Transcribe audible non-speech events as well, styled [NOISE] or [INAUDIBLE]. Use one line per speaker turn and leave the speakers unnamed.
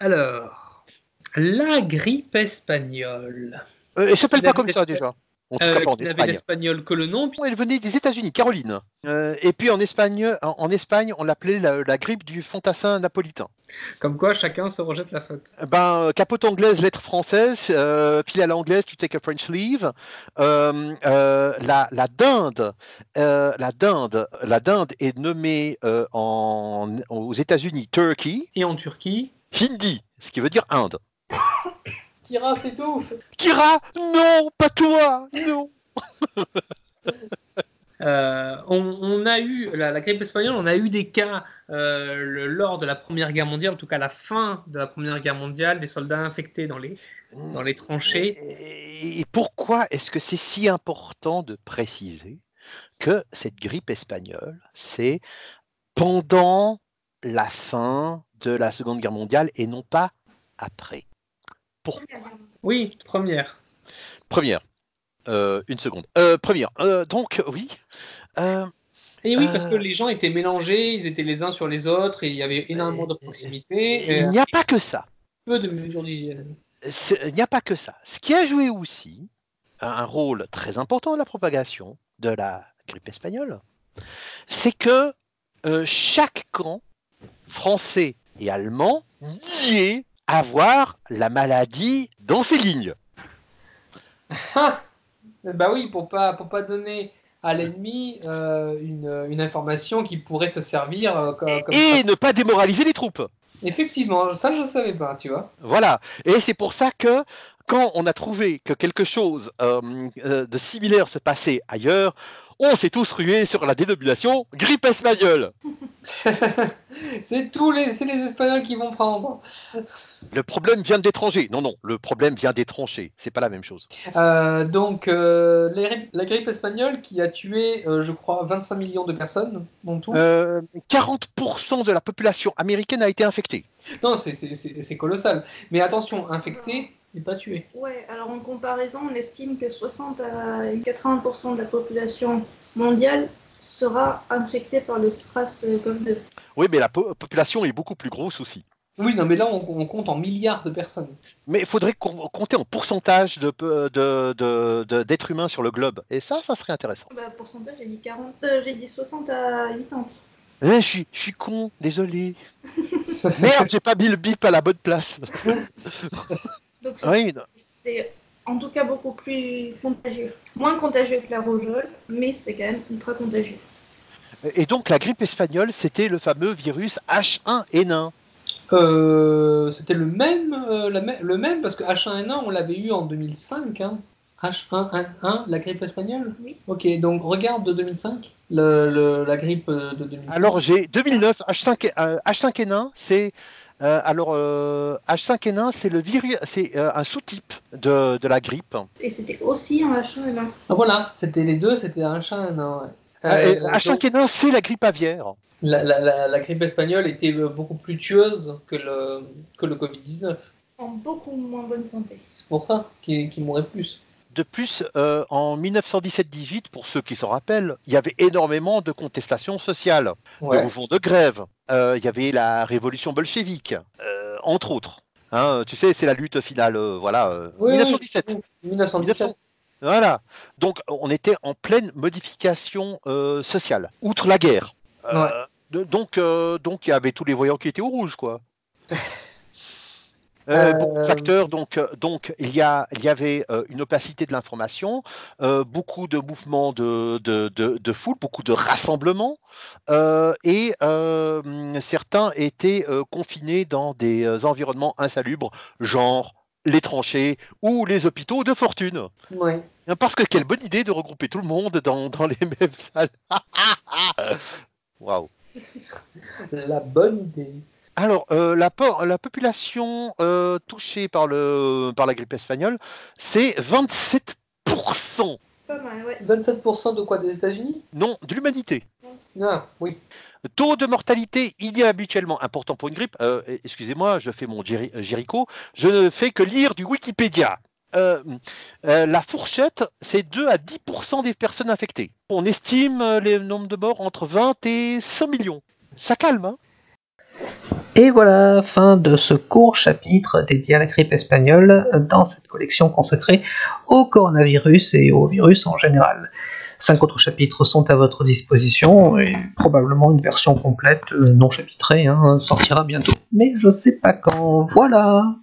Alors, la grippe espagnole.
Euh, elle s'appelle
Il
pas
avait
comme ça
des-
déjà. En tout
Euh,
cas, pas en
qui n'avait
Espagne.
l'espagnol que le nom. puis-
Elle venait des États-Unis, Caroline. Euh, et puis en Espagne, en, en Espagne, on l'appelait la, la grippe du fantassin napolitain.
Comme quoi, chacun se rejette la faute.
Ben, euh, capote anglaise, lettre française, euh, pile à l'anglaise, tu take a French leave. Euh, euh, la, la dinde, euh, la dinde, la dinde est nommée euh, en, aux États-Unis Turkey,
Et en Turquie,
Hindi, ce qui veut dire Inde.
Kira s'étouffe.
Kira, non, pas toi, non.
Euh, on, on a eu la, la grippe espagnole, on a eu des cas euh, le- lors de la Première Guerre mondiale, en tout cas la fin de la Première Guerre mondiale, des soldats infectés dans les, dans les tranchées.
Et et pourquoi est-ce que c'est si important de préciser que cette grippe espagnole, c'est pendant la fin de la Seconde Guerre mondiale et non pas après Pourquoi
Oui, première.
Première. Euh, une seconde. Euh, première. Euh, donc, oui. Euh,
Et oui,
Euh.
parce que les gens étaient mélangés, ils étaient les uns sur les autres, et il y avait énormément de proximité, et
il n'y a pas que ça.
peu de mesures d'hygiène.
C'est- Il n'y a pas que ça. Ce qui a joué aussi un- un rôle très important dans la propagation de la grippe espagnole, c'est que euh, chaque camp français et allemand niait avoir la maladie dans ses lignes.
Ah bah oui, pour pas, pour pas donner à l'ennemi euh, une, une information qui pourrait se servir euh, co- comme ça.
Et ne pas démoraliser les troupes.
Effectivement, ça je savais pas, tu vois. [LAUGHS]
Voilà. Et c'est pour ça que quand on a trouvé que quelque chose euh, euh, de similaire se passait ailleurs, on s'est tous rués sur la dénomination grippe espagnole.
c'est tous les, c'est les Espagnols qui vont prendre.
Le problème vient de l'étranger. Non, non, le problème vient des tranchées. C'est pas la même chose.
Euh, donc, euh, les ri- la grippe espagnole qui a tué, euh, je crois, 25 millions de personnes, mon tout.
Euh, 40% de la population américaine a été infectée.
Non, c'est- c'est c'est- c'est colossal. Mais attention, infecté et pas tué.
Ouais, alors en comparaison, on estime que 60 à 80% de la population mondiale sera infectée par le euh, SRAS-CoV-2.
Oui, mais la po- population est beaucoup plus grosse aussi.
Oui, non, mais là, on, on compte en milliards de personnes. [LAUGHS]
Mais il faudrait com- compter en pourcentage de pe- de- de- de- d'êtres humains sur le globe. Et ça, ça serait intéressant.
Bah, pourcentage, j'ai dit 40, euh, j'ai dit 60 à 80.
Eh, je suis- je suis con, désolé. Merde, j'ai pas mis le bip à la bonne place. [LAUGHS]
Donc c'est-
Ah Oui, non.
c'est en tout cas beaucoup plus contagieux. Moins contagieux que la rougeole, mais c'est quand même ultra contagieux.
Et donc, la grippe espagnole, c'était le fameux virus H1N1.
Euh, C'était le même, euh, la me- le même, parce que H1N1, on l'avait eu en 2005. hein. H1N1, la grippe espagnole
Oui.
Ok, donc regarde de 2005, le- le- la grippe euh, de 2005.
Alors j'ai 2009 H5 euh, H5N1 c'est euh, alors euh, H5N1 c'est le virus c'est euh, un sous-type de, de la grippe.
Euh,
Et c'était aussi un eh ben, H1N1.
Ah, voilà, c'était les deux, c'était H1N1. ouais.
Euh,
Euh, donc-
H5N1 c'est la grippe aviaire.
La, la- la- la grippe espagnole était euh, beaucoup plus tueuse que le, que le Covid-19.
En beaucoup moins bonne santé.
C'est pour ça qu'ils qu'ils mouraient plus.
De plus euh, en 1917-18 pour ceux qui s'en rappellent, il y avait énormément de contestations sociales, de
Ouais.
mouvements de grève, Euh, il y avait la révolution bolchevique euh, entre autres. Hein, tu sais, c'est la lutte finale, euh, voilà, euh,
Oui,
1917.
oui, 1917.
1900. Voilà. Donc on était en pleine modification euh, sociale, outre la guerre. Euh, de- donc euh, donc il y avait tous les voyants qui étaient au rouge, quoi. Euh, beaucoup de
Euh,
facteurs, donc, euh, donc il, y a, il y avait euh, une opacité de l'information, euh, beaucoup de mouvements de, de, de, de foule, beaucoup de rassemblements, euh, et euh, hum, certains étaient euh, confinés dans des euh, environnements insalubres, genre les tranchées ou les hôpitaux de fortune.
Ouais.
Hein, Parce que quelle bonne idée de regrouper tout le monde dans, dans les mêmes salles. [LAUGHS] Waouh.
La bonne idée.
Alors, euh, la, po- la population euh, touchée par, le, par la grippe espagnole, c'est 27%,
Pas mal, ouais.
27% de quoi Des États-Unis
non, de l'humanité.
Ah, oui.
Taux de mortalité, il est habituellement important pour une grippe. Euh, Excusez-moi, je fais mon Jerry- Jericho. Je ne fais que lire du Wikipédia. Euh, euh, la fourchette, c'est 2 à 10% des personnes infectées. On estime euh, les nombres de morts entre 20 et 100 millions. Ça calme, hein
Et voilà, fin de ce court chapitre dédié à la grippe espagnole dans cette collection consacrée au coronavirus et au virus en général. Cinq autres chapitres sont à votre disposition et probablement une version complète euh, non chapitrée hein, sortira bientôt. Mais je sais pas quand. Voilà.